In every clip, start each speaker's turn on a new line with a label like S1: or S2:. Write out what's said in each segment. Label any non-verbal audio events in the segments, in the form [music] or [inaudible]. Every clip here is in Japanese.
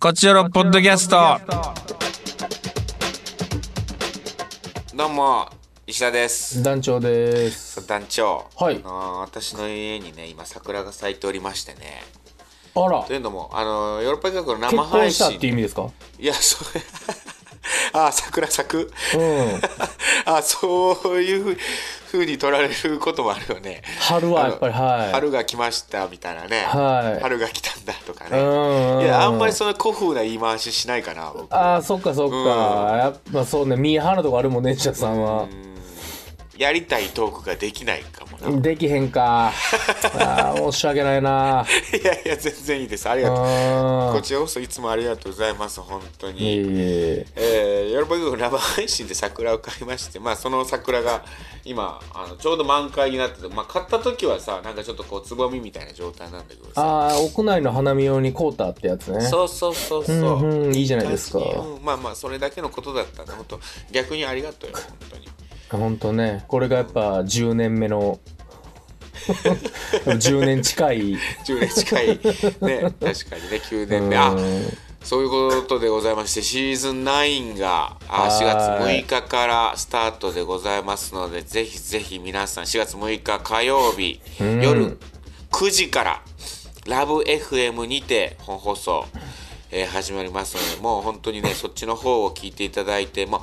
S1: こちらのポッドキャスト。
S2: どうも石田です
S3: 団長です。
S2: 団長、
S3: はい
S2: あのー私の家にね今桜が咲いておりましてね
S3: あら
S2: と、いうのもあのーヨーロッパ企画の
S3: 結
S2: 生配
S3: 婚した
S2: 信
S3: っていう意味ですか。
S2: いやそれ [laughs] あー桜咲く
S3: うん。
S2: あそういうふうに取られることもあるよね
S3: 春はやっぱりはい。
S2: 春が来ましたみたいなね、
S3: はい
S2: 春が来たんだとかね
S3: うんうん。
S2: いやあんまりその古風な言い回ししないかな僕
S3: ああそっかそっか。
S2: うん
S3: やっぱそうねミーハーなとこあるもんね社さんは。
S2: やりたいトークができないかもな、 [laughs] い
S3: できへんか。ああ申し訳ないな。
S2: やいや全然いいですあり
S3: う
S2: がとう、
S3: ん
S2: こ。ちらこそいつもありがとうございます本当
S3: いえ
S2: に、
S3: いえ。
S2: えー、ヨーロッパ国の生配信で桜を買いましてまあその桜が今あのちょうど満開になってて、まあ、買った時はさなんかちょっとこうつぼみみたいな状態なんだけどさ
S3: ああ屋内の花見用にコーターってやつね。
S2: そうそうそうそう、
S3: うんうんいいじゃないですか。
S2: うんまあまあそれだけのことだったんで本当逆にありがとうよ本当に
S3: 本当ねこれがやっぱ10年
S2: [laughs]
S3: 目の10年近い。
S2: 10年近いね確かにね9年目あ
S3: うん
S2: そういうことでございましてシーズン9があ4
S3: は
S2: 月
S3: ーい
S2: 6日からスタートでございますのでぜひぜひ皆さん4月6日火曜日
S3: ん
S2: 夜9時からラブ f m にて本放送、えー始まりますのでもう本当にねそっちの方を聞いていただいてもう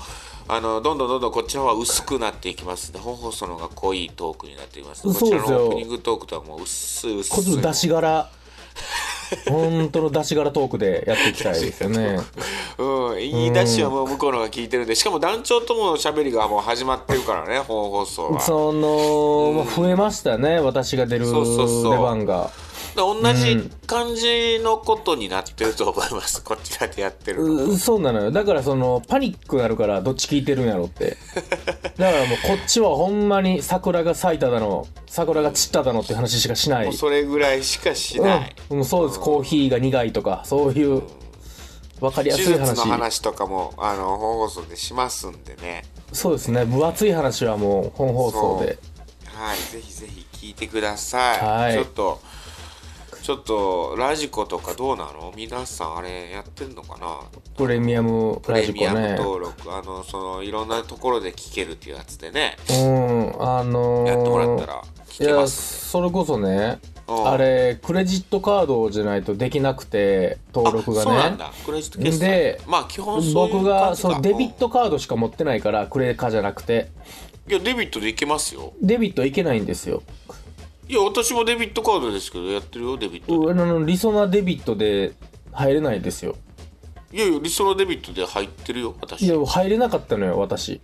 S2: あのどんどんどんどんこっちの方は薄くなっていきますので本放送の方が濃いトークになっていますこち
S3: そうで
S2: ら
S3: すよ
S2: のオープニングトークとはもう薄い薄
S3: こ
S2: い
S3: そ出し柄本当の出し柄トークでやっていきたいですよね
S2: うん、言い出しはもう向こうのが聞いてるんでしかも団長ともの喋りがもう始まってるから
S3: [laughs]
S2: ね本放送は
S3: その、まあ増えましたね私が出る出
S2: そうそうそう
S3: 番が
S2: 同じ感じのことになってると思います、 [laughs] こちらでやってるの
S3: うそうなのよだからそのパニックなるからどっち聞いてるんやろってだからもうこっちはほんまに桜が咲いただの桜が散っただのって話しかしない
S2: もうそれぐらいしかしない、
S3: うん、もうそうですコーヒーが苦いとかそういう分かりやす
S2: 手術
S3: い
S2: の
S3: 話
S2: 話とかもあの本放送でしますんでね
S3: そうですね分厚い話はもう本放送で
S2: はいぜひぜひ聞いてください、
S3: はい
S2: ちょっとちょっとラジコとかどうなの皆さんあれやってんのかな
S3: プレミアム
S2: プ
S3: ラ
S2: レ
S3: ジコ
S2: ミアム
S3: ね
S2: 登録、あのそのいろんなところで聞けるっていうやつでね
S3: うんあのー
S2: やってもらったら聞け
S3: いや
S2: ます
S3: それこそね
S2: うん
S3: あれクレジットカードじゃないとできなくて登録
S2: あそうな
S3: が
S2: ん
S3: ね
S2: だクレジット決済
S3: で
S2: まあ基本そういう
S3: 僕が
S2: 感じ
S3: そ
S2: か
S3: のデビッ
S2: う
S3: トカードしか持ってないからクレカじゃなくて
S2: んいやデビットでいけますよ
S3: デビットいけないんですよ
S2: いや私もデビットカードですけどやってるよデビットで
S3: うあの理想なデビットで入れないですよ
S2: いやいや理想のデビットで入ってるよ私
S3: い
S2: いや
S3: や入れなかったのよ私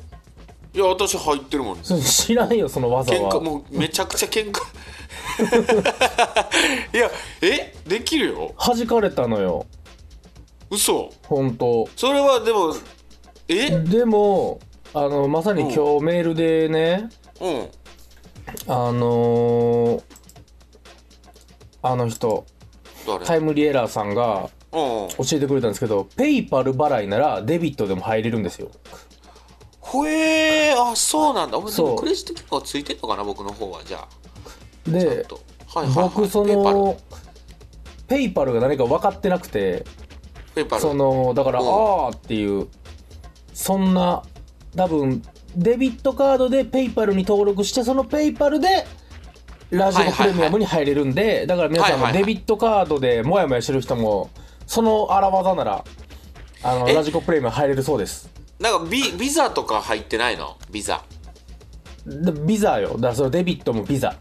S2: 私入ってるもん、ね、
S3: そ知らんよその技
S2: 喧嘩
S3: は
S2: もうめちゃくちゃ喧
S3: [laughs]
S2: 嘩いやえできるよ
S3: 弾かれたのよ
S2: 嘘
S3: 本当
S2: それはでもえ
S3: でもあのまさに今日メールでね、
S2: うん
S3: あのーあの人
S2: 誰
S3: タイムリーエラーさんが
S2: うん
S3: 教えてくれたんですけどペイパル払いならデビットでも入れるんですよ
S2: ほえー、あそうなんだお前で
S3: そ
S2: も
S3: う
S2: クレジット結構ついてんのかな僕の方はじゃあちゃん
S3: で
S2: とはいはいはい
S3: 僕そ
S2: ペイパル
S3: のペイパルが何か分かってなくて
S2: ペイパル
S3: そのだから、
S2: うん
S3: ああっていうそんな多分デビットカードでペイパルに登録してそのペイパルでラジ
S2: はい
S3: コ
S2: は
S3: プ
S2: いはい
S3: レミアムに入れるんで、だから皆さん
S2: は
S3: も
S2: いはいは
S3: デ
S2: い
S3: ビットカードでモヤモヤしてる人もその荒技ならあの
S2: え
S3: ラジコプレミアム入れるそうです
S2: なんかビビザとか入ってないのビザ
S3: でビザよだからそのデビットもビザ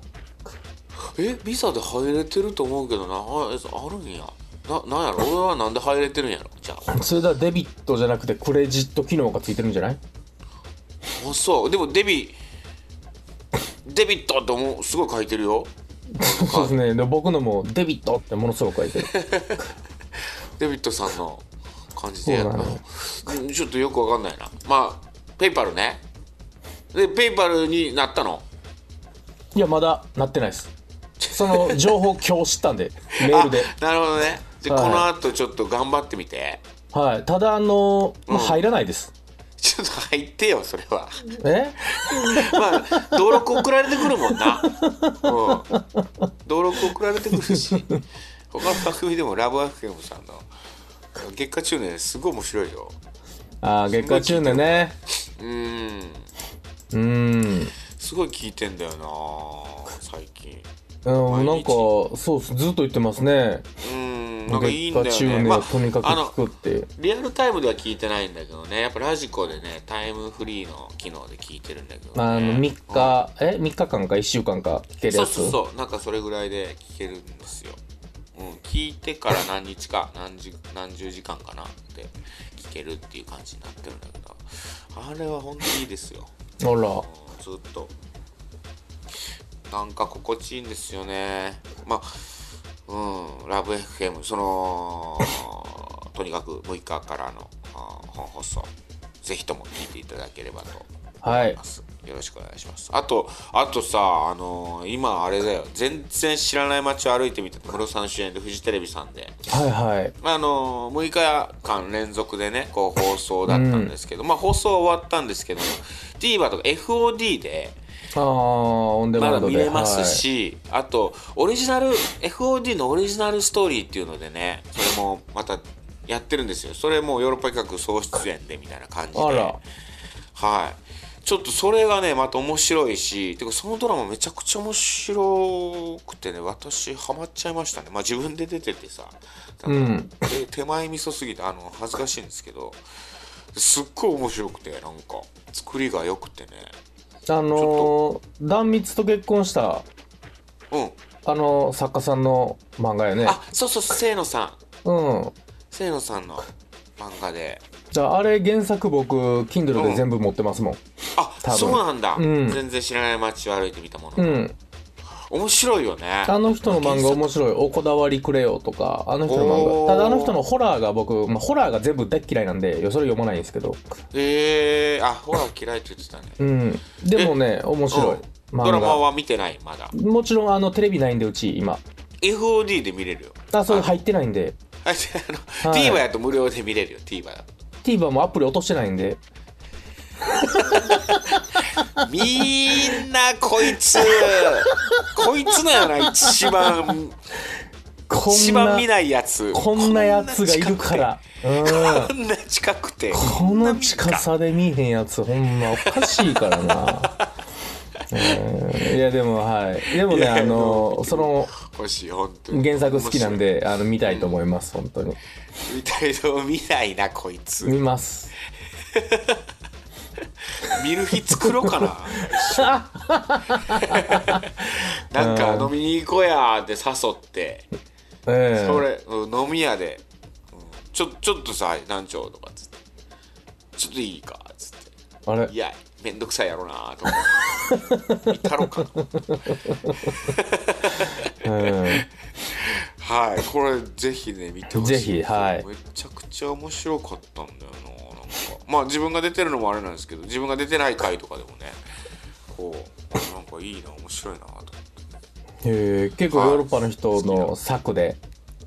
S2: えビザで入れてると思うけどなあえあるんやななんやろ俺はなんで入れてるんやろじゃあ
S3: それだデビットじゃなくてクレジット機能がついてるんじゃない
S2: あそうでもデビデビットって思うすごい書いてるよ
S3: [laughs] そうですねで僕のもデビットってものすごく書いてる
S2: デビットさんの感じでやっ
S3: そうな
S2: うんちょっとよくわかんないなまあペイパルねでペイパルになったの
S3: いやまだなってないですその情報今日知ったんでメールで
S2: [laughs] あなるほどねじゃあ
S3: はい
S2: この後ちょっと頑張ってみて
S3: はい、ただあのまあ、入らないです。
S2: ちょっと入ってよそれは
S3: え？
S2: まあ登録送られてくるもんな、うん、登録送られてくるし他の番組でもラブアフェムさんの月下中年すごい面白いよ
S3: ああ、月下中年ね。
S2: うーん
S3: うーん。
S2: すごい聞いてんだよな最近
S3: うん、なん
S2: 毎
S3: か、そうっす。ずっと言ってますね。
S2: うーんなんかいい
S3: 月
S2: んだ
S3: 下
S2: よ
S3: 中
S2: ね
S3: 年
S2: ま
S3: をとにかく
S2: ああの
S3: 聞くって。
S2: リアルタイムでは聞いてないんだけどねやっぱラジコでねタイムフリーの機能で聞いてるんだけど、ね、
S3: あの、3日、え ?3 日間か1週間か聞ける
S2: そ
S3: や
S2: う
S3: つ。
S2: そうそうなんかそれぐらいで聞けるんですよ、うん、聞いてから何日か何十何十時間かなって聞けるっていう感じになってるんだけどあれは本当にいいですよ、
S3: あら。
S2: うん、ずっとなんか心地いいんですよねまあうんラブ FM そのとにかく6日からのあー本放送ぜひとも聞いていただければと
S3: はい。
S2: よろしくお願いします。あと、あとさ、あのー今あれだよ、全然知らない街を歩いてみた、ムロさん主演でフジテレビさんで、
S3: はいはい。
S2: あのー6日間連続でね、こう放送だったんですけど、まあ放送は終わったんですけど、TVer とか FOD で、
S3: ああ、オンデ
S2: ま
S3: マ
S2: だ
S3: ンド
S2: 見
S3: で。
S2: れますし、あと、オリジナル、FOD のオリジナルストーリーっていうのでね、それもまたやってるんですよ。それもヨーロッパ企画総出演でみたいな感じで。
S3: はい、あら。
S2: はい。ちょっとそれがね、また面白いし、てかそのドラマめちゃくちゃ面白くてね、私ハマっちゃいましたね。まあ自分で出ててさ、ただ
S3: うん
S2: で手前味噌すぎて、あの、恥ずかしいんですけど、すっごい面白くて、なんか、作りが良くてね。
S3: あのー、壇蜜と結婚した、
S2: うん。
S3: あのー、作家さんの漫画やね。
S2: あ、そうそう、清野さん。
S3: うん。
S2: 清野さんの漫画で。
S3: じゃあ、あれ原作僕、Kindle
S2: う
S3: で
S2: ん
S3: 全部持ってますもん。
S2: あ、
S3: 多分
S2: そうなんだ。
S3: うん
S2: 全然知らない街を歩いてみたもの。
S3: うん。
S2: 面白いよね。
S3: あの人の漫画
S2: 原作
S3: 面白い。おこだわりくれよとか、あの人の漫
S2: おー
S3: 画。ただあの人のホラーが僕、まあ、ホラーが全部大っ嫌いなんで、よそれ読まないんですけど。
S2: えー、あ、ほら、嫌いって言ってたね。
S3: うん。でもね、面白い。
S2: うんドラ
S3: 漫
S2: マ
S3: 画。
S2: は見てないまだ
S3: もちろん、あの、テレビないんで、うち、今。
S2: FOD で見れるよ
S3: あ、それ
S2: あ
S3: 入ってないんで。
S2: あ違うあの、
S3: はい
S2: TVer やと無料で見れるよ TVer だ
S3: TVer もアプリ落としてないんで。
S2: とみんなこい
S3: [laughs]
S2: つこいつのやな一番
S3: こ
S2: 一
S3: ん
S2: 番見
S3: な、
S2: ないやつ
S3: こんなやつがいるから。うん。
S2: こんな近くて
S3: こ
S2: んな
S3: の
S2: 見るか
S3: 近さで見えへんやつほんまおかしいから
S2: [laughs]
S3: なうんいやでもはいでも
S2: い
S3: ね
S2: やいや
S3: あのその
S2: 欲しい本当に
S3: 原作好きなんであの見たいと思います本当に
S2: 見たいの見ないなこいつ
S3: 見ます
S2: 見る日作ろうかな
S3: [laughs]
S2: 一緒になんか飲みに行こうやーって誘って
S3: ええ
S2: それ、うん飲み屋で、うんちょちょっとさ団長とかっつってちょっといいかっつっ
S3: あれ
S2: ていやめんどくさいやろなと思
S3: [laughs]
S2: ってたろかな
S3: うん
S2: はいこれぜひね見てほしい
S3: ぜひはい
S2: めちゃくちゃ面白かったんだよななんかまあ自分が出てるのもあれなんですけど自分が出てない回とかでもねこうなんかいいな面白いなと思って
S3: へえ結構ヨーロッパの人の策で、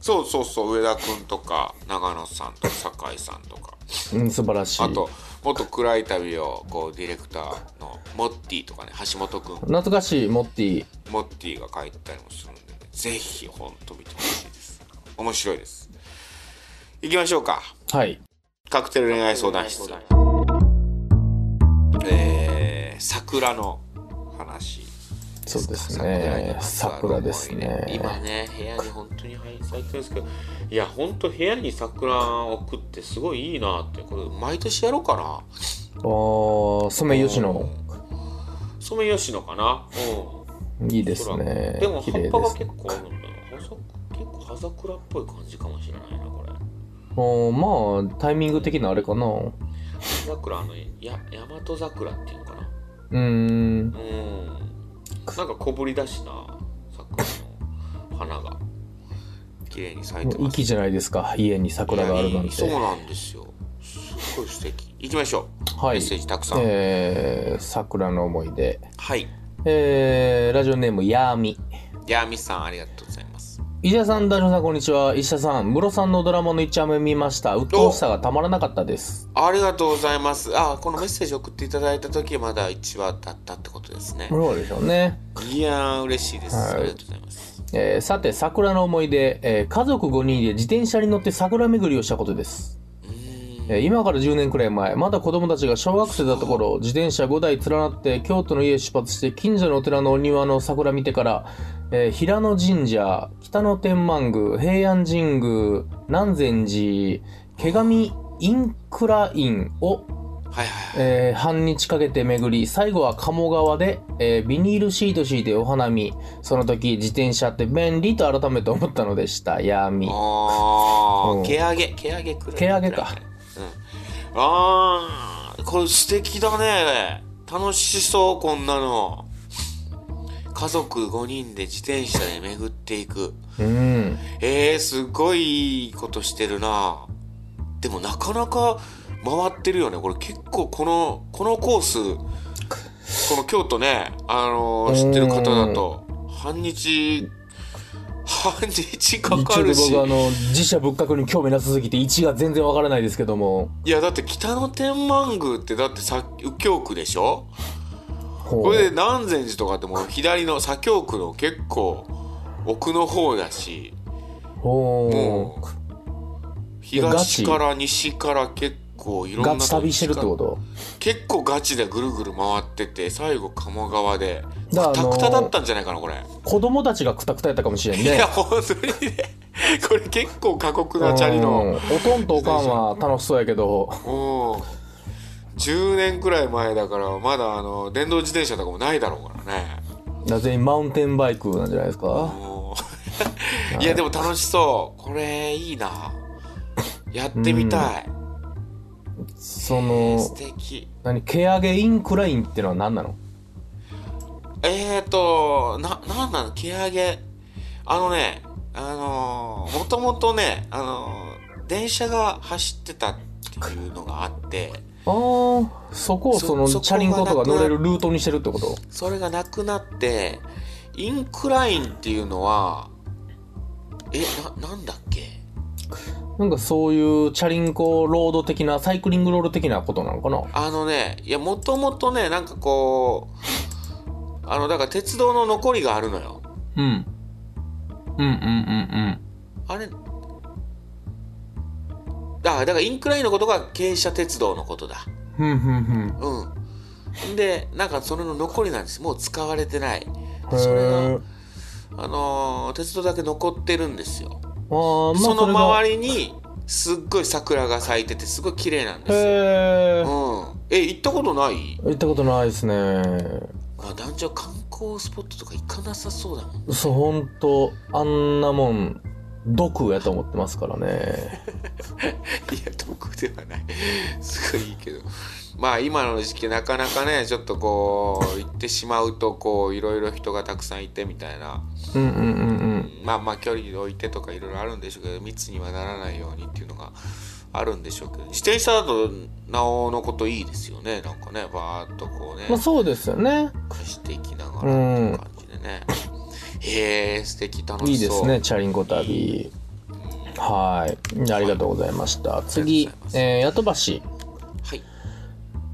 S2: そうそうそう上田君とか長野さんとか酒井さんとか
S3: うん、素晴らしい
S2: あと元暗い旅をこうディレクターのモッティとかね橋本くん
S3: 懐かしいモッティ
S2: モッティが書いてたりもするんでねぜひほんと見てほしいです面白いです行きましょうか
S3: はい
S2: カクテル恋愛相談室えー、桜の話
S3: そうです
S2: 桜に
S3: ね
S2: まつわる思い
S3: 桜ですね
S2: 今ね部屋に本当に配咲いてるんですけどいや本当部屋に桜を置くってすごいいいなってこれ毎年やろうかな
S3: おーソメイヨシノ
S2: ソメイヨシノかなうん
S3: いいですね
S2: でも葉
S3: 綺
S2: っ
S3: 麗
S2: ぱ
S3: で
S2: が
S3: す
S2: 結構あるんだよ。葉桜結構葉桜っぽい感じかもしれないな、これ。
S3: おーまあタイミング的なあれかな
S2: 葉
S3: う
S2: 桜、あの、や、大和桜っていうのかな。
S3: ーん
S2: うん。なんか小ぶりだしな、桜の花が。綺麗に咲い
S3: も
S2: て
S3: う
S2: ます。
S3: 息じゃないですか家に桜があるなん
S2: いやいいそう
S3: て
S2: なんですよ。すごい素敵。行きましょう。
S3: はい
S2: メッセージたくさん。
S3: えー、桜の思い出
S2: はい。
S3: えー、ラジオネームやーみ
S2: ヤーミスさん、ありがとうございます。
S3: 石田さん、大丈夫さん、こんにちは。石田さん、室さんのドラマの一話目見ました。鬱陶しさがたまらなかったです。
S2: ありがとうございます。あ、このメッセージ送っていただいた時まだ1話だったってことですね。
S3: そうでしょうね。
S2: いやー嬉しいです、
S3: はい
S2: ありがとうございます
S3: えーさて桜の思い出、えー家族5人で自転車に乗って桜巡りをしたことです、えー今から10年くらい前まだ子供たちが小学生だった頃自転車5台連なって京都の家へ出発して近所のお寺のお庭の桜見てから、えー平野神社北野天満宮平安神宮南禅寺毛上インクラ院を
S2: はいはい
S3: えー半日かけて巡り最後は鴨川で、えービニールシート敷いてお花見その時自転車って便利と改めて思ったのでした闇
S2: あ
S3: うん
S2: あ毛上げ毛上げくらい
S3: 毛上げか
S2: うんああこれ素敵だね楽しそうこんなの家族5人で自転車で巡っていく
S3: うん
S2: えー、すごいいいことしてるなでもなかなか回ってるよねこれ結構このこのコースこの京都ね、あのー知ってる方だと半日半日かか
S3: ちょっ
S2: る
S3: と
S2: し
S3: 僕あの自社仏閣に興味なさすぎて1が全然わからないですけども
S2: いやだって北の天満宮ってだって左右京区でしょ
S3: ほう
S2: これで南禅寺とかってもう左の左京区の結構奥の方だし
S3: ほ
S2: も
S3: う
S2: う東から西から結構いろんな
S3: ガチ旅してるってこと
S2: 結構ガチでぐるぐる回ってて最後鴨川で
S3: だから
S2: クタ
S3: あの
S2: ク
S3: ー
S2: タだったんじゃないかなこれ、
S3: 子供たちがくたくたやったかもしれん
S2: いや
S3: ね
S2: 本当にね [laughs] これ結構過酷なチャリ
S3: うん
S2: の
S3: おとんとおかんは楽しそうやけど
S2: うん10年くらい前だからまだあの電動自転車とかもないだろうからね
S3: なぜにマウンテンバイクなんじゃないですか [laughs]
S2: もういやでも楽しそうこれいいなやってみたい、
S3: そ
S2: えー
S3: の
S2: 素敵
S3: 何毛上げインクラインってのは何なの
S2: えーと、な、なんなの毛上げ。あのね、あのー、もともとね、あのー、電車が走ってたっていうのがあって、
S3: ああそこを
S2: そ
S3: その
S2: そこが
S3: チャリンコとか乗れる
S2: な
S3: ルートにしてるってこと
S2: それがなくなって、インクラインっていうのは、え、な、なんだっけ
S3: なんかそういうチャリンコロード的なサイクリングロード的なことなのかな
S2: あのね、いや、もともとね、なんかこう、あの、だから鉄道の残りがあるのよ。
S3: うんうんうんうん
S2: あれ、あ、だからインクラインのことが傾斜鉄道のことだ。
S3: うんうんうんうん
S2: うん。で、なんかそれの残りなんです。もう使われてない。
S3: へ
S2: でそれ
S3: え
S2: が、あのー鉄道だけ残ってるんですよ。
S3: あーまあ
S2: その
S3: り
S2: 周りに、すっごい桜が咲いてて、すごい綺麗なんですよ。
S3: へえ
S2: うん。え、行ったことない
S3: 行ったことないですね
S2: まあ、団長観光スポットとか行かなさそうだもん。 [laughs]
S3: そうほんとあんなもん毒やと思ってますからね
S2: いや、得ではない。 [laughs] すごいいいけど。まあ今の時期なかなかねちょっとこう行ってしまうとこういろいろ人がたくさんいてみたいな
S3: うんうんうん
S2: まあまあ距離を置いてとかいろいろあるんでしょうけど密にはならないようにっていうのがあるんでしょうけど自転車だとなおのこといいですよねなんかねバーッとこうね
S3: うんまあそうですよね
S2: 貸していきながらっ
S3: う
S2: て
S3: ん
S2: いう感じでねへえ素敵楽しそう
S3: い
S2: い
S3: いですね、チャリンコ旅。はい。ありがとうございました。
S2: あり
S3: 次
S2: がとうご、ざ
S3: えー、ヤトバシ。
S2: はい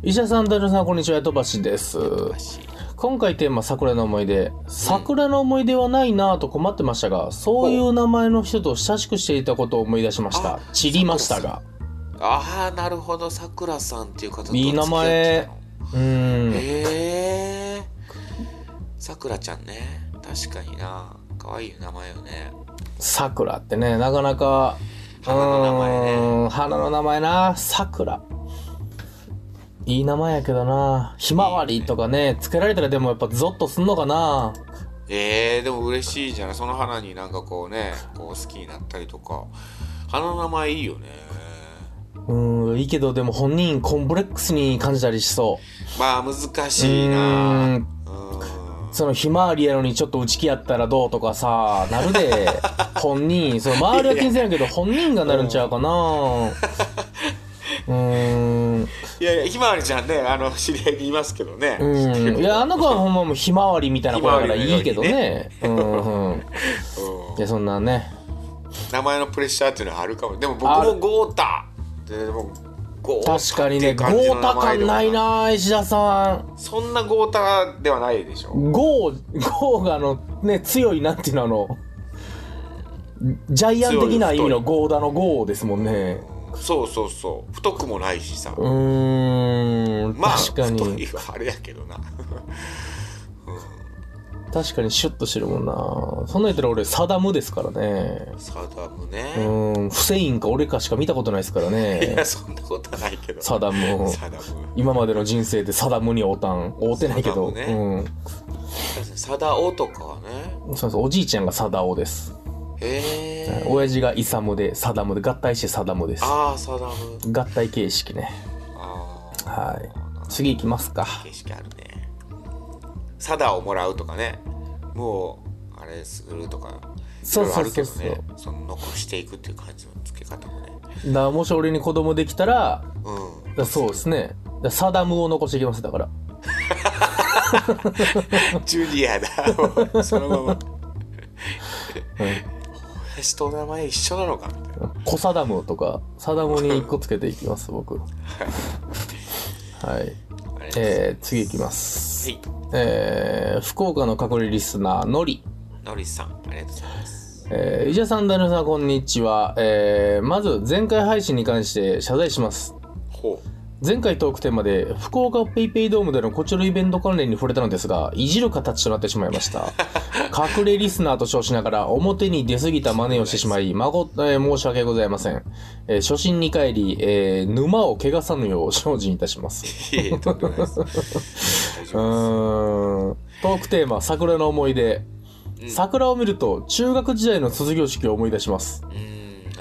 S3: 医者さん、ダルさん、こんにちは、ヤトバシです。
S2: 足
S3: 今回テーマ、桜の思い出。桜の思い出はないなぁと困ってましたが、そういう名前の人と親しくしていたことを思い出しました
S2: あ。
S3: 散りましたが。
S2: ああなるほどさくらさんっていう方と
S3: いい名前
S2: 付き合って
S3: うー
S2: たのへ
S3: ん。
S2: えさくらちゃんね確かにな可愛い名前よね
S3: 桜ってね、なかなか、
S2: 花の名前ね
S3: うーん花の名前な桜いい名前やけどなひまわりとかねつけられたらでもやっぱゾッとすんのかな
S2: えー、でも嬉しいじゃないその花になんかこうねこう好きになったりとか花の名前いいよね
S3: うーんいいけどでも本人コンプレックスに感じたりしそ
S2: まあ難
S3: うう
S2: しいな
S3: ー
S2: うん
S3: んそのひまわりやのにちょっと打ち気やったらどうとかさなるで本人その周りは気にせんやけど本人がなるんちゃうかなうーん
S2: いやいやひまわりちゃんねあの知り合いにいますけどね
S3: うんいやあの子はほんまもうひまわりみたいな子だからいいけどねうんうん
S2: うん
S3: いやそんなね
S2: 名前のプレッシャーっていうのはあるかもでも僕
S3: ある
S2: もゴータででもゴータ
S3: 確かにね
S2: って
S3: 豪
S2: 感じの名
S3: 太
S2: 前で
S3: 感
S2: も
S3: ないな石田さん
S2: そんなゴータではないでしょ
S3: 豪豪があのね強いなっていうのはあのジャイアン的な意味のゴーダのゴーですもんね。
S2: そうそうそう太くもないしさ
S3: うーん、
S2: まあ
S3: 確か
S2: 太い
S3: に、
S2: はあれやけどな
S3: 確かにシュッとしてるもんな。そんなん言ったら俺、サダムですからね。
S2: サダム
S3: う
S2: ね、
S3: ーん、フセインか俺かしか見たことないですから
S2: い
S3: ね。
S2: やそんなことはないけど
S3: サダム。
S2: サダム
S3: 今までの人生でサダムに会うたん。会うてないけど。
S2: サダムサダオとかはね
S3: うん。そうそう、おじいちゃんがサダオです。
S2: へえ
S3: 親父がイサムで、サダムで、合体してサダムです。
S2: ああサダム
S3: 合体形式ね。
S2: ああ
S3: はい。次行きますか。
S2: 景色あるねサダをもらうとかねもうあれするとかい
S3: そ
S2: ろ
S3: う
S2: いろあ
S3: そう
S2: る
S3: そ
S2: け
S3: う
S2: ど
S3: そう。
S2: ねその残していくっていう感じの付け方もね
S3: だからもし俺に子供できたら、
S2: う
S3: だそうですね。だサダムを残していきます、だから。
S2: んジュニアだ [laughs] そのまま
S3: うん
S2: 親父とお名前一緒なのかみたいな
S3: コサダムとか、サダムに1個つけていきま
S2: [laughs]
S3: す、僕。はい。
S2: あれ
S3: えー、次いきます。
S2: はい
S3: えー、福岡の隠れリスナー、のり。
S2: ノリスさんありがとうございます
S3: えー、伊者さん、ダニエルさん、こんにちは。えー、まず、前回配信に関して謝罪します。
S2: ほう
S3: 前回トークテーマで、福岡ペイペイドームでのこちらイベント関連に触れたのですが、いじる形となってしまい
S2: [laughs]
S3: ました。隠れリスナーと称しながら、表に出過ぎた真似をしてしまい、孫、えー申し訳ございません。えー初心に帰り、えー沼を汚さぬよう精進いた
S2: [laughs]
S3: します。
S2: いえいえとんでもないです大
S3: う
S2: 丈夫
S3: ーん。トークテーマ、桜の思い出。桜を見ると、中学時代の卒業式を思い出します。
S2: で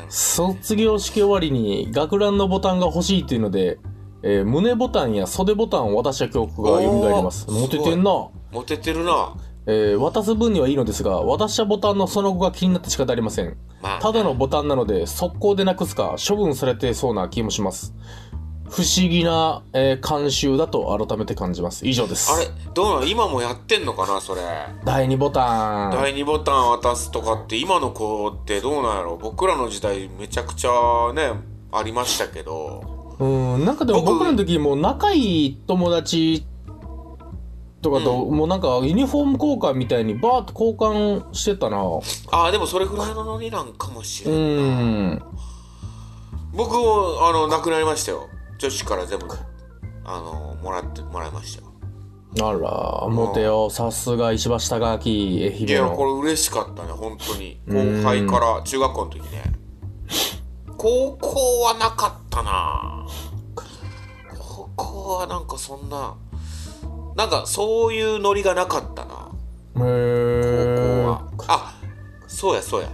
S2: すうんなるほ
S3: 卒業式終わりに学ランのボタンが欲しいというので、えー胸ボタンや袖ボタンを渡した記憶が蘇ります
S2: おー
S3: モテてんな、
S2: どモテてるな
S3: えー渡す分にはいいのですが渡したボタンのその後が気になって仕方ありません
S2: まあ
S3: ただのボタンなので速攻でなくすか処分されてそうな気もします不思議な、えー慣習だと改めて感じます以上です
S2: あれどうなの今もやってんのかなそれ
S3: 第2ボタン
S2: 第2ボタン渡すとかって今の子ってどうなんやろ僕らの時代めちゃくちゃねありましたけど
S3: うんなんかでも
S2: 僕
S3: 僕らの時もう仲いい友達とかと、もうなんかユニフォーム交換みたいにバーッと交換してたな
S2: ああでもそれぐらいのノリなんかもしれ
S3: う
S2: ない、
S3: ん
S2: 僕もあのなくなりましたよ女子から全部あのもらってもらいましたよ
S3: あらモテよさすが石橋貴明
S2: い
S3: 愛媛
S2: や
S3: の
S2: これ嬉しかったね本当に後
S3: うん
S2: 輩から中学校の時ね高校はなかったな高校はなんかそんななんかそういうノリがなかったな
S3: へえ
S2: 高校はあそうやそうや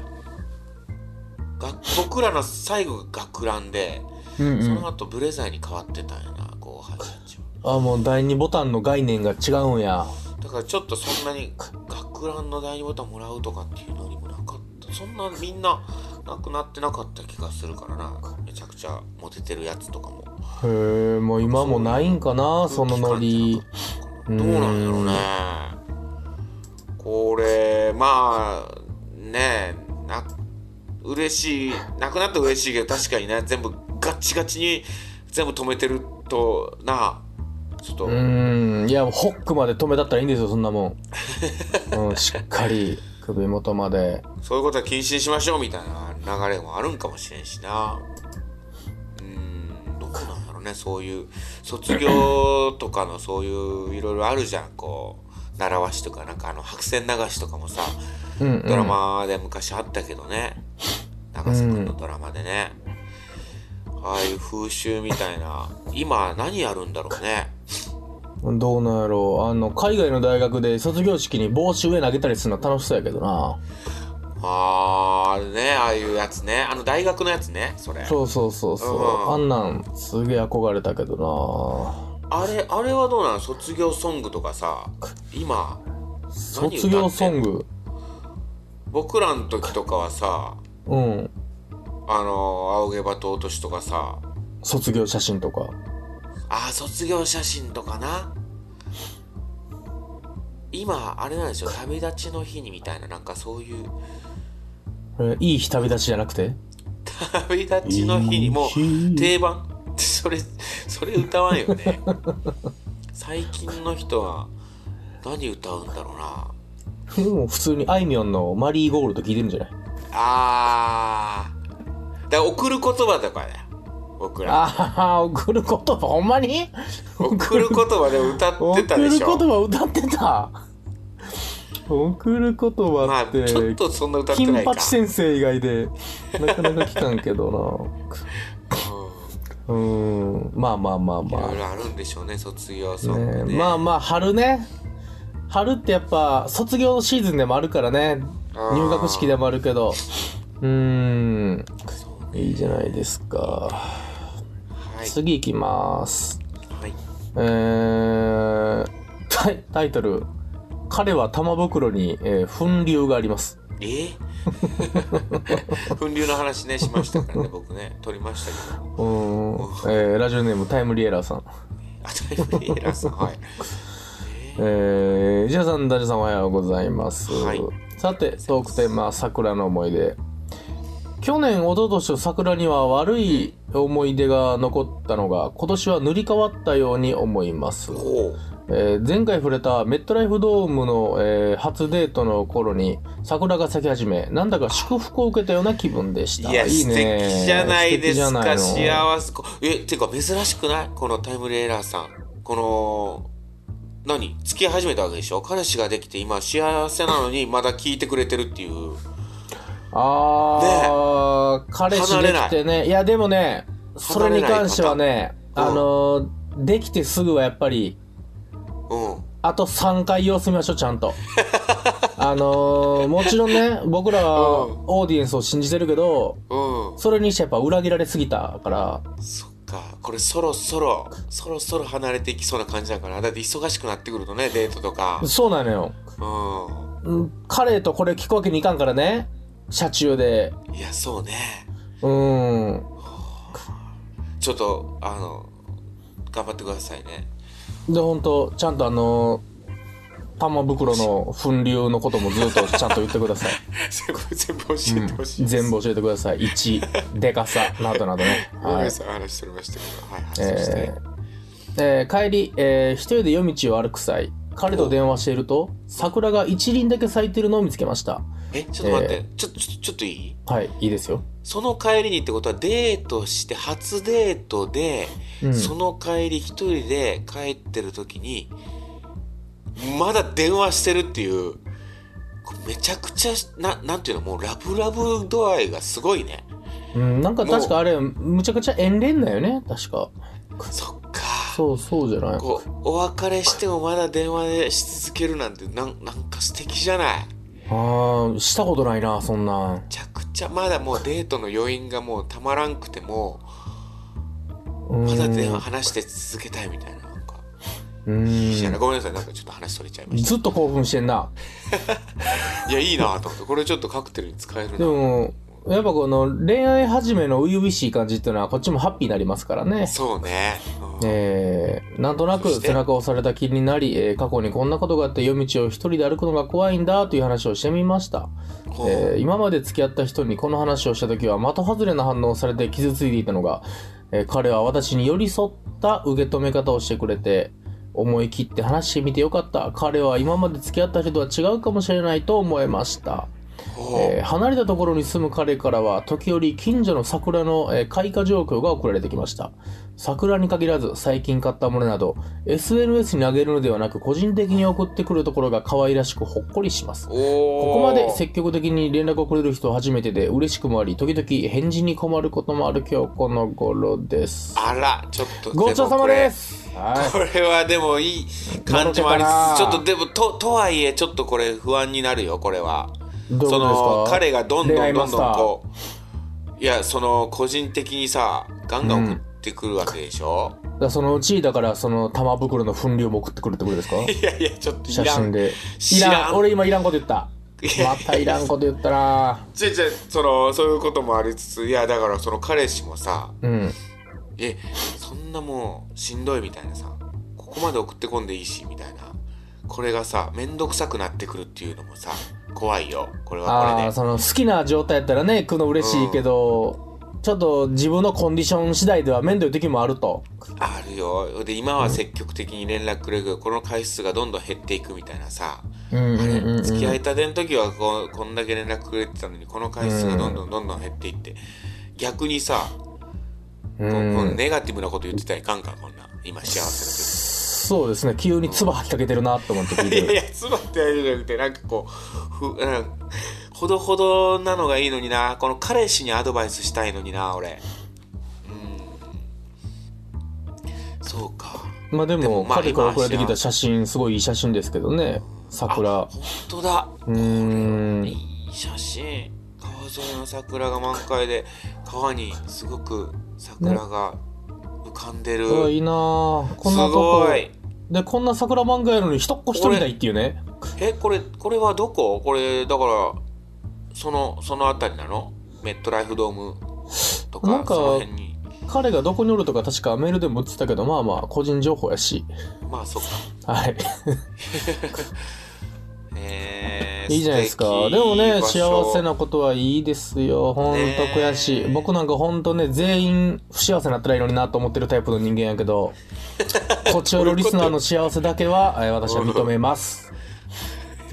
S2: が僕らの最後が学ランで、
S3: うんう
S2: そ
S3: ん
S2: の後ブレザーに変わってたんやな後輩たちは
S3: あもう第2ボタンの概念が違うんや
S2: だからちょっとそんなに学ランの第二ボタンもらうとかっていうのにもなかったそんなみんななくなってなかった気がするからなめちゃくちゃモテてるやつとかも
S3: へえもう今もないんかなそのノリ
S2: どうなんやろうねこれまあねえな嬉しいなくなったら嬉しいけど確かにね全部ガッチガチに全部止めてるとなあちょっと、
S3: うんいやホックまで止めたったらいいんですよそんなも
S2: [laughs]
S3: ん、うん、しっかり首元まで
S2: そういうことは禁止にしましょうみたいな流れもあるんかもしれんしなうーんどうなんだろうねそういう卒業とかのそういういろいろあるじゃんこう習わしとかなんかあの白線流しとかもさ
S3: うんうん
S2: ドラマで昔あったけどね、長瀬君のドラマでね、ああいう風習みたいな今何やるんだろうね
S3: どうなんやろうあの海外の大学で卒業式に帽子上投げたりするの楽しそうやけどな
S2: あーあれねああいうやつねあの大学のやつねそれ
S3: そうそうそうそう、
S2: うん
S3: あんなんすげえ憧れたけど
S2: あれあれはどうなの卒業ソングとかさ今
S3: な卒業ソング
S2: 僕らの時とかはさ
S3: うん
S2: あの「青毛羽と落とし」とかさ
S3: 卒業写真とか
S2: あー卒業写真とかな今あれなんでしょ旅立ちの日にみたいななんかそういう
S3: えーいい日旅立ちじゃなくて
S2: 旅立ちの日にもう定番 [laughs] それそれ歌わんよね最近の人は何歌うんだろうな
S3: でも普通にあいみょんの「マリーゴールド」聞いてるんじゃない
S2: ああだから送る言葉とかだよ僕ら
S3: ああ、送る言葉、ほんまに
S2: 送る言葉で歌っ
S3: 送
S2: て
S3: る
S2: たでし
S3: 言
S2: ょ
S3: 葉歌ってた送る言
S2: ま
S3: 葉
S2: あ
S3: って、
S2: ちょっとそんな歌って
S3: 金
S2: ないか
S3: 八先生以外でなかなか聞かんけどなうんまあまあまあ
S2: うんい
S3: ま
S2: ろいろあるんでしょうね卒業ソング
S3: あ、
S2: ね
S3: ね、まあまあ春ね春ってやっぱ卒業シーズンでもあるからね
S2: あー
S3: 入学式でもあるけどうん
S2: そうね
S3: いいじゃないですか
S2: はい
S3: 次行きます
S2: はい
S3: えータイタイトル「彼は玉袋に、えー粉流があります
S2: え [laughs] ー粉流の話ねしましたからね僕ね撮りましたけど」
S3: うーん、えーラジオネームタイムリエラーさん
S2: あタイムリーラーさんはい
S3: えー、石田さん、ダジさんおはようございます。
S2: はい
S3: さて、トークテーマ、桜の思い出。去年、一昨年と桜には悪い思い出が残ったのが、今年は塗り替わったように思います。
S2: おう
S3: えー前回触れたメットライフドームの、えー初デートの頃に桜が咲き始め、なんだか祝福を受けたような気分でした。
S2: いや素敵じゃないですか
S3: 素敵じゃないの
S2: 幸せこえてか珍しくないこのタイムレーラーさんこの何付き合い始めたわけでしょ彼氏ができて今幸せなのに [laughs] まだ聞いてくれてるっていう
S3: あー、彼氏できてねいやでもねそれに関してはね
S2: 離れない
S3: あ
S2: 方
S3: のーできてすぐはやっぱり
S2: うん
S3: あと3回様子見ましょうちゃんとあのーもちろんね僕らは
S2: うん
S3: オーディエンスを信じてるけど
S2: うん
S3: それにしてやっぱ裏切られすぎたから
S2: そっかこれそろそろそろそろ離れていきそうな感じだからだって忙しくなってくるとねデートとか
S3: そうなのよ
S2: う
S3: うん彼とこれ聞くわけにいかんからね車中で
S2: んいやそうね
S3: うん
S2: ちょっとあの頑張ってください
S3: [laughs]
S2: ね
S3: で本当ちゃんとあのー玉袋の粉流のこともずっとちゃんと言ってください
S2: 全部全部教えてほしいです、
S3: 全部教えてください1で
S2: [laughs]
S3: かさなどなどね、
S2: ごめん
S3: はい
S2: なさい話しておりましたけどはいはい、そして
S3: えーえー帰り、えー一人で夜道を歩く際彼と電話していると桜が一輪だけ咲いてるのを見つけました
S2: えちょっと待って、ちょちょちょっといい
S3: はいいいですよ、
S2: その帰りにってことはデートして初デートで、
S3: うん、
S2: その帰り一人で帰ってる時にまだ電話してるっていうこれめちゃくちゃななんていうのもうラブラブ度合いがすごいね
S3: うん、なんか確かあれむちゃくちゃ遠恋だよね確か
S2: そっか
S3: そうそうじゃない
S2: こうお別れしてもまだ電話でし続けるなんてなんなんか素敵じゃない
S3: あーしたことないなそんなん
S2: めちゃくちゃまだもうデートの余韻がもうたまらんくても
S3: うん
S2: まだ電話話して続けたいみたいななんか
S3: うん
S2: いいじゃないごめんなさいなんかちょっと話それちゃいまし
S3: ずっと興奮してんな
S2: たいやいいなと思ってこれちょっとカクテルに使えるな
S3: でもやっぱこの恋愛始めの初々しい感じっていうのはこっちもハッピーになりますからね
S2: そうね、うん
S3: えーなんとな
S2: そ
S3: く
S2: して
S3: 背中を押された気になり、えー過去にこんなことがあって夜道を一人で歩くのが怖いんだという話をしてみました、
S2: ほう
S3: えー今まで付き合った人にこの話をした時は的外れな反応をされて傷ついていたのが、えー彼は私に寄り添った受け止め方をしてくれて思い切って話してみてよかった彼は今まで付き合った人とは違うかもしれないと思えました
S2: ほう
S3: えー離れたところに住む彼からは時折近所の桜の、えー開花状況が送られてきました桜に限らず最近買ったものなど SNS にあげるのではなく個人的に送ってくるところが可愛らしくほっこりしますこ
S2: こ
S3: こまで積極的に連絡をくれる人は初めてで嬉しくもあり時々返事に困ることもある今日この頃です
S2: あらちょっと
S3: ごちそうさまですすは
S2: これはでもいい感じもありつ
S3: なの
S2: つ
S3: か
S2: ち
S3: な
S2: ょっとでもととはいえちょっとこれ不安になるよこれはい
S3: [laughs] どういうこ
S2: そ
S3: とです
S2: の
S3: か
S2: 彼がどん
S3: 恋
S2: ど
S3: 愛
S2: んど
S3: マ
S2: ん
S3: スタ
S2: どん
S3: ー
S2: こういやその個人的にさガンガン送ってくるわけでしょ、
S3: だからそのうちだからその玉袋の粉量も送ってくるってことですか
S2: いやいやちょっとい
S3: 写
S2: ら
S3: 真
S2: ん
S3: で
S2: 知らん
S3: いらん俺今いらんこと言ったまたいらんこと言ったな
S2: ちょいちょいそのそういうこともありつついやだからその彼氏もさ
S3: うん
S2: えそんなもうしんどいみたいなさここまで送ってこんでいいしみたいなこれがさ面倒くさくなってくるっていうのもさ怖いよこれはこ
S3: あ
S2: れ
S3: あ
S2: で
S3: その好きな状態やったらね来るの嬉しいけど、ちょっと自分のコンディション次第では面倒い時もあると
S2: あるよで今は積極的に連絡くれるけどこの回数がどんどん減っていくみたいなさ
S3: うんうんうんうん
S2: 付き合いたての時はこうこんだけ連絡くれてたのにこの回数がどんどんどんどん減っていって逆にさこ
S3: う
S2: うこ
S3: ん
S2: うネガティブなこと言ってたらいかんかこんな今幸せ
S3: そうですね急に唾吐きかけてるなと思って聞
S2: な時
S3: い
S2: い
S3: て
S2: やい
S3: る
S2: や妻ってあれじゃなくてなんかこうふなんかほどほどなのがいいのになこの彼氏にアドバイスしたいのにな俺うんそうか
S3: まあで
S2: で
S3: も
S2: もまあ
S3: 彼から
S2: 今
S3: 送られてきた写真すごいいい写真ですけど
S2: あ
S3: ね桜
S2: 本当だ
S3: うーん
S2: いい写真川沿いの桜が満開で川にすごく桜が浮かんでる、
S3: うわいいなあこんな
S2: す
S3: とこ
S2: ごい
S3: でこんな桜満開やのに一っ子一人ないっていうね
S2: えこれこれはどここれだからそのその辺りなのメットライフドームとか
S3: なんか
S2: その辺に
S3: 彼がどこにおるとか確かメールでも言ってたけどまあまあ個人情報やし
S2: まあそっか
S3: はい
S2: えー、
S3: いいじゃないですか
S2: 素敵
S3: でもね
S2: 場所
S3: 幸
S2: [laughs]
S3: せなことはいいですよほんと悔しい、
S2: ねえ
S3: 僕なんかほんとね全員不幸せになったらいいのになと思ってるタイプの人間や
S2: [laughs]
S3: けどこっちよりリスナーの幸せだけはえー私は認
S2: [laughs]
S3: めます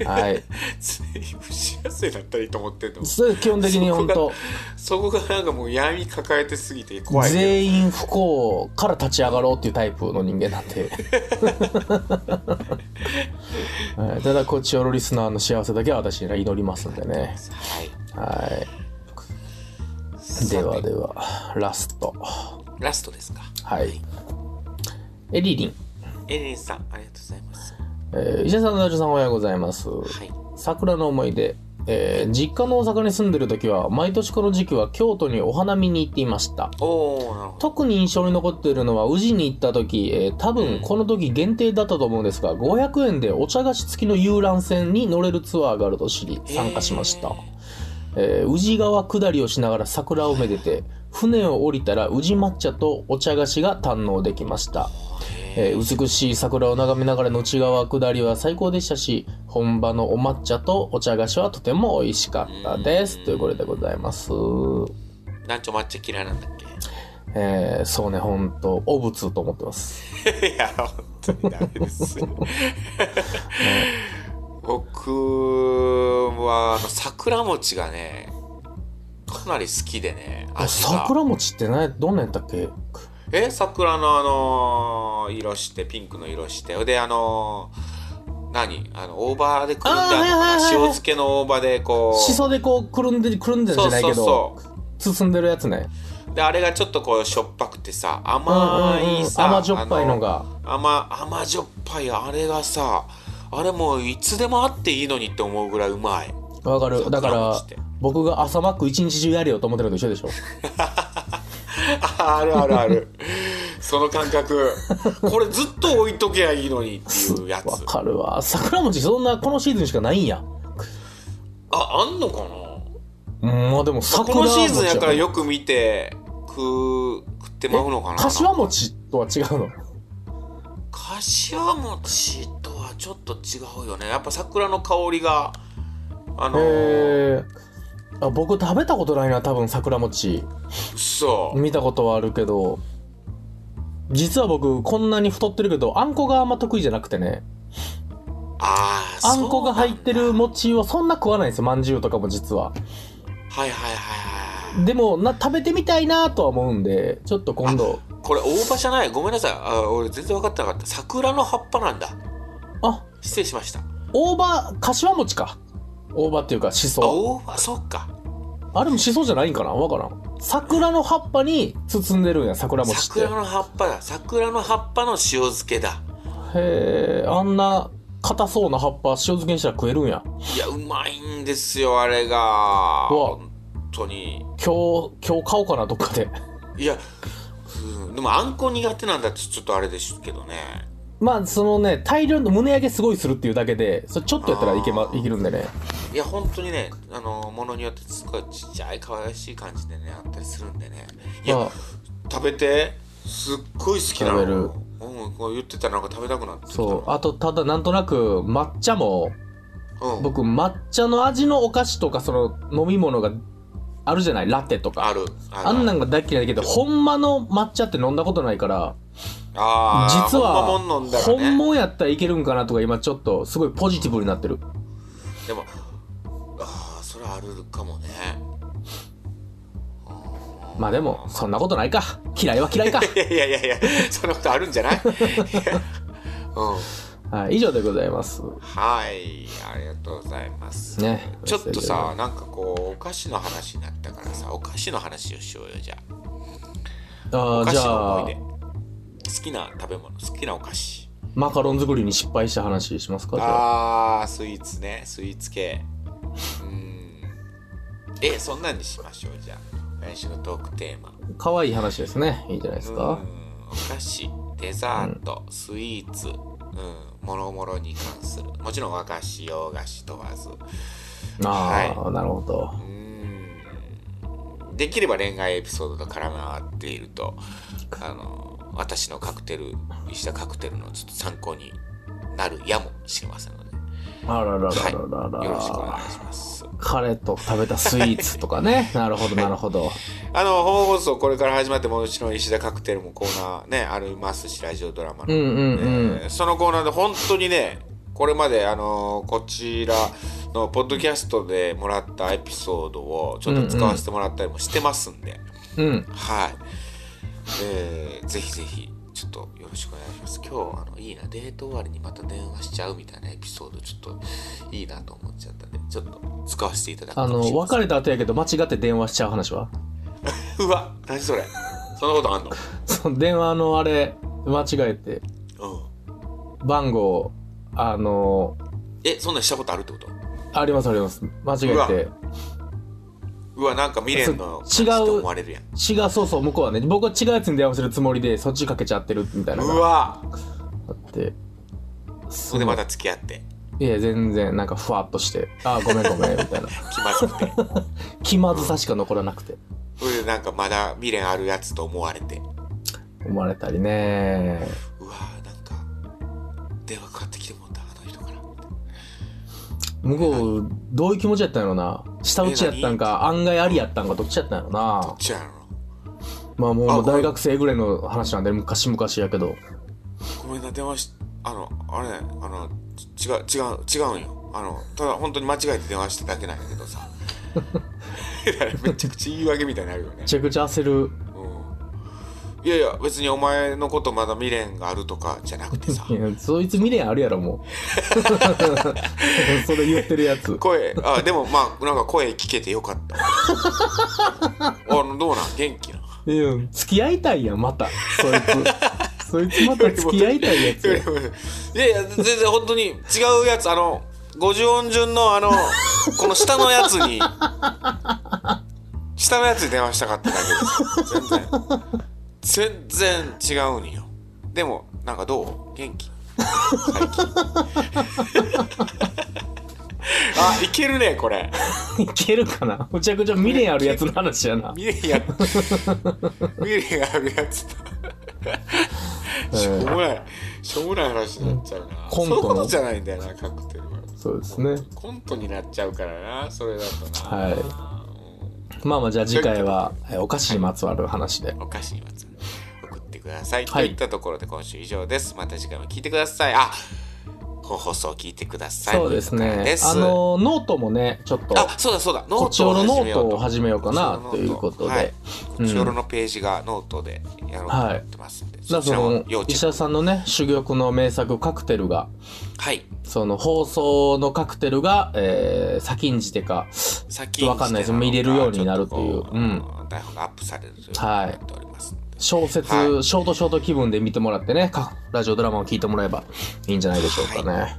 S3: はい
S2: 全員不幸せだったらいいと思ってんの
S3: それ基本的にほんと
S2: そこがなんかもう闇抱えてすぎて怖いけど
S3: 全員不幸から立ち上がろうっていうタイプの人間な
S2: [laughs]
S3: んで、はい、ただこっちよりリスナーの幸せだけは私には祈りますんでね
S2: はい
S3: はいではではラスト
S2: ラストですか。
S3: はい。エリリン、
S2: エレンさん、ありがとうございます。
S3: えー、石田さん、大丈さんおはようございます。
S2: はい。
S3: 桜の思い出、えー実家の大阪に住んでる時は、毎年この時期は京都にお花見に行っていました。
S2: おー、なるほど。
S3: 特に印象に残っているのは、宇治に行った時、えー多分この時限定だったと思うんですが、500円でお茶菓子付きの遊覧船に乗れるツアーがあると知り、参加しました。えー宇治川下りをしながら桜をめでて、船を降りたら宇治抹茶とお茶菓子が堪能できました。えー美しい桜を眺めながらの内側下りは最高でしたし本場のお抹茶とお茶菓子はとても美味しかったですということでございます
S2: なんちょ抹茶嫌いなんだっ
S3: えー、そうねほんとお仏と思ってます [laughs]
S2: けいや、本当にダメです。 [laughs] 僕は、あの、桜餅がね、かなり好きでね、
S3: あ
S2: 味が
S3: 桜餅ってねどんなんやったっけ
S2: え、桜のあのー色して、ピンクの色して、で、あのー何あの、大葉でくるんであるのかな
S3: あーはいはいはいはい
S2: 塩漬けの大葉でこう。
S3: しそでこうくるんでくるんでるん
S2: そ
S3: じゃ
S2: う
S3: ない
S2: そ
S3: け
S2: う
S3: ど
S2: そう。
S3: 包んでるやつね
S2: であれがちょっとこうしょっぱくてさ
S3: うん
S2: 甘
S3: うん
S2: い
S3: うん
S2: さ、
S3: 甘じょっぱいのが
S2: あの甘甘じょっぱいあれがさあれもういつでもあっていいのにって思うぐらいうまい [laughs]
S3: わかるだか
S2: 桜餅
S3: ら
S2: って
S3: 僕が朝マック一日中やれよと思ってるのと一緒で
S2: [laughs]
S3: しょ
S2: ああるあるあるその感覚これずっと置いとけばいいのにっていうやつ
S3: わかるわ桜餅そんなこのシーズンしかないんや
S2: ああんのかな
S3: うんまあで
S2: ま
S3: も
S2: あ
S3: 桜
S2: このシーズンやから
S3: よ
S2: よく見て食う食ってまうのかな
S3: 柏餅とは違うの
S2: 柏餅とはちょっと違うよねやっぱ桜の香りがあのー、
S3: へえあ僕食べたことないな多分桜餅
S2: そう
S3: 見たことはあるけど実は僕こんなに太ってるけどあんこがあんま得意じゃなくてね
S2: ああ
S3: あんこが入ってる餅をそんな食わないんですよまんじゅうとかも実は
S2: はいはいはいはい
S3: でもな食べてみたいなとは思うんでちょっと今度
S2: これ大葉じゃないごめんなさいあ俺全然分かってなかった桜の葉っぱなんだ
S3: あ
S2: 失礼しましたあ
S3: 大葉柏餅か大葉っていうかしそ
S2: 大葉そっか
S3: あれもしそじゃないんかなわからん桜の葉っぱに包んでるんや桜餅って
S2: 桜の葉っぱだ桜の葉っぱの塩漬けだ
S3: へえあんな硬そうな葉っぱ塩漬けにしたら食えるんや
S2: いやうまいんですよあれが本当に
S3: 今日今日買おうかなどっかで [laughs]
S2: いや、うん、でもあんこ苦手なんだってちょっとあれですけどね
S3: まあそのね大量の胸揚げすごいするっていうだけでそれちょっとやったらいけ,、ま
S2: あ、ー
S3: いけるんでね
S2: いや本当にねあのものによってすごいちっちゃい可愛らしい感じでねあったりするんでねいや、
S3: まあ
S2: 食べてすっごい好きなの
S3: 食べる
S2: うん、こう言ってたらなんか食べたくなってきた
S3: そうあとただなんとなく抹茶も
S2: うん、
S3: 僕抹茶の味のお菓子とかその飲み物があるじゃないラテとか
S2: あるある
S3: あんなんが大嫌いだけどほんまの抹茶って飲んだことないから
S2: あー
S3: 実は
S2: ほんまもん飲んだら、ね、
S3: 本物やったらいけるんかなとか今ちょっとすごいポジティブになってる
S2: でもああそれあるかもね [laughs]
S3: まあでもそんなことないか嫌いは嫌
S2: [laughs]
S3: いか
S2: いやいやいやいやそんなことあるんじゃ
S3: [laughs]
S2: ないいやうん
S3: はい以上でございます
S2: はいありがとうございます、
S3: ね
S2: ちょっとさなんかこうお菓子の話になったからさお菓子の話をしようよじゃあ
S3: あ
S2: お
S3: ー
S2: 菓
S3: じ
S2: 子
S3: ゃ
S2: の
S3: あ
S2: 思い出好きな食べ物好きなお菓子
S3: マカロン作りに失敗した話しますかじゃあ
S2: あースイーツねスイーツ系うーんえそんなんにしましょうじゃあ来週のトークテーマ
S3: 可愛い話ですねいいんじゃないです
S2: うー
S3: か
S2: んお菓子デザート、スイーツうんもろもろに関するもちろん和菓子洋菓子問わずう
S3: ああ、なるほど
S2: ーんできれば恋愛エピソードと絡まっているとあの私のカクテルしたカクテルのちょっと参考になるやもしれませんので、
S3: あららら
S2: はい、
S3: らら
S2: よろしくお願いします
S3: 彼と食べたスイーツとか
S2: [laughs]
S3: ねなるほどなるほど
S2: あの本放送これから始まってもちろん石田カクテルもコーナーねありますしラジオドラマの、
S3: うんうんうん
S2: えーそのコーナーで本当にねこれまであのーこちらのポッドキャストでもらったエピソードをちょっと使わせてもらったりもしてますんで、
S3: うん
S2: はい、えーぜひぜひちょっとよろしくお願いします今日あのいいなデート終わりにまた電話しちゃうみたいなエピソードちょっといいなと思っちゃったんでちょっと使わせていただくか
S3: あ
S2: もしれ
S3: の
S2: ませ
S3: 別
S2: ん
S3: れた後やけど間違って電話しちゃう話は [laughs]
S2: うわ何それそんなことあんの
S3: その電話のあれ間違えて
S2: うん
S3: 番号あの
S2: えそんなんしたことあるってこと
S3: ありますあります間違えて
S2: うわなんか未練の感
S3: そう
S2: じって
S3: 違う
S2: 思われるやん
S3: 違うそうそう向こうはね僕は違うやつに電話するつもりでそっちかけちゃってるみたいなの
S2: う
S3: が
S2: わ
S3: あって
S2: それでまた付き合って
S3: いや全然なんかふわっとして「あーごめんごめん」みたいな
S2: 気まずくて
S3: 気まずさしか残らなくて
S2: それでなんかまだ未練あるやつと思われて
S3: 思われたりね
S2: うわなんか電話かかってきてもんだあの人から
S3: 向こうどういう気持ちやったんやろな下打ちやったんか案外ありやったんかどっちやったんやろな
S2: じゃあの
S3: まあもう
S2: あ
S3: もう
S2: これ
S3: 大学生ぐらいの話なんで昔々やけど
S2: ごめんな電話しあのあれねあのち違う違う違うんよあのただ本当に間違えて電話しただけなんやけどさだからめちゃくちゃ言い訳みたいになるよね
S3: めちゃくちゃ焦る
S2: うんいやいや別にお前のことまだ未練があるとかじゃなくてさ
S3: いやそいつ未練あるやろ
S2: [laughs]
S3: もうそれ言ってるやつ
S2: 声あでもまあなんか声聞けてよかったあのどうなん元気ない
S3: や付き合いたいやんまたそいつ
S2: [laughs]
S3: そいつまた付き合いたいやつや
S2: いやいや全然本当に違うやつあの五十音順のあのこの下のやつに下のやつに電話したかっただけです全然全然違うんよでもなんかどう元気最近あいけるねこれ
S3: いけるかなむちゃくちゃ未練あるやつの話やな、
S2: 未練や未練あるやつ
S3: え
S2: だしょう
S3: ー
S2: もないしょうもない話になっちゃうな、
S3: コ
S2: そう
S3: ント
S2: い
S3: の
S2: うことじゃないんだよなカクテルは
S3: そうですね
S2: コントになっちゃうからなそれだとな、
S3: はいまあまあじゃあ次回はえお菓子にまつわる話で
S2: うんお菓子にまつわる送ってください、
S3: はい
S2: といったところで今週以上ですまた次回も聞いてくださいあ本放送聞いてください
S3: そうです
S2: とい
S3: ね
S2: うことです
S3: あのノートもねちょっと
S2: あそうだそうだノ
S3: こ
S2: ー
S3: ち
S2: ト
S3: お
S2: を
S3: ろノ
S2: 始め
S3: ー
S2: よ
S3: ト
S2: う
S3: を始めようかなということで、
S2: はい、
S3: う
S2: こ
S3: ん
S2: ちおろのページがノートでやろうと思ってますんで、
S3: だか
S2: そ
S3: ら
S2: ち
S3: そ
S2: らも
S3: の
S2: 要チ
S3: 石
S2: ェッ
S3: 田さんのね珠玉の名作カクテルが
S2: クはい
S3: その放送のカクテルが、えー先んじてか
S2: 先
S3: わかんないです見れるようになるといううん
S2: 台本がアップされるということに
S3: はい
S2: なっておりますので
S3: 小説、
S2: は
S3: ショートショート気分で見てもらってねかラジオドラマを聞いてもらえばいいんじゃないでしょうかね、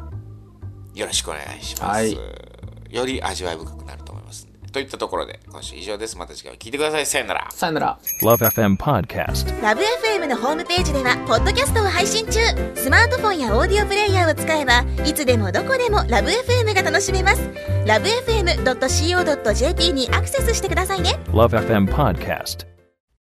S2: よろしくお願いします、
S3: はい
S2: より味わい深くなると思いますのでといったところで今週以上ですまた次回も聞いてくださいさよなら
S3: さよなら
S1: Love FM Podcast.
S4: ラブ f m のホームページではポッドキャストを配信中スマートフォンやオーディオプレイヤーを使えばいつでもどこでもラブ f m が楽しめますラブ FM.co.jp にアクセスしてくださいね
S1: Love FM Podcast.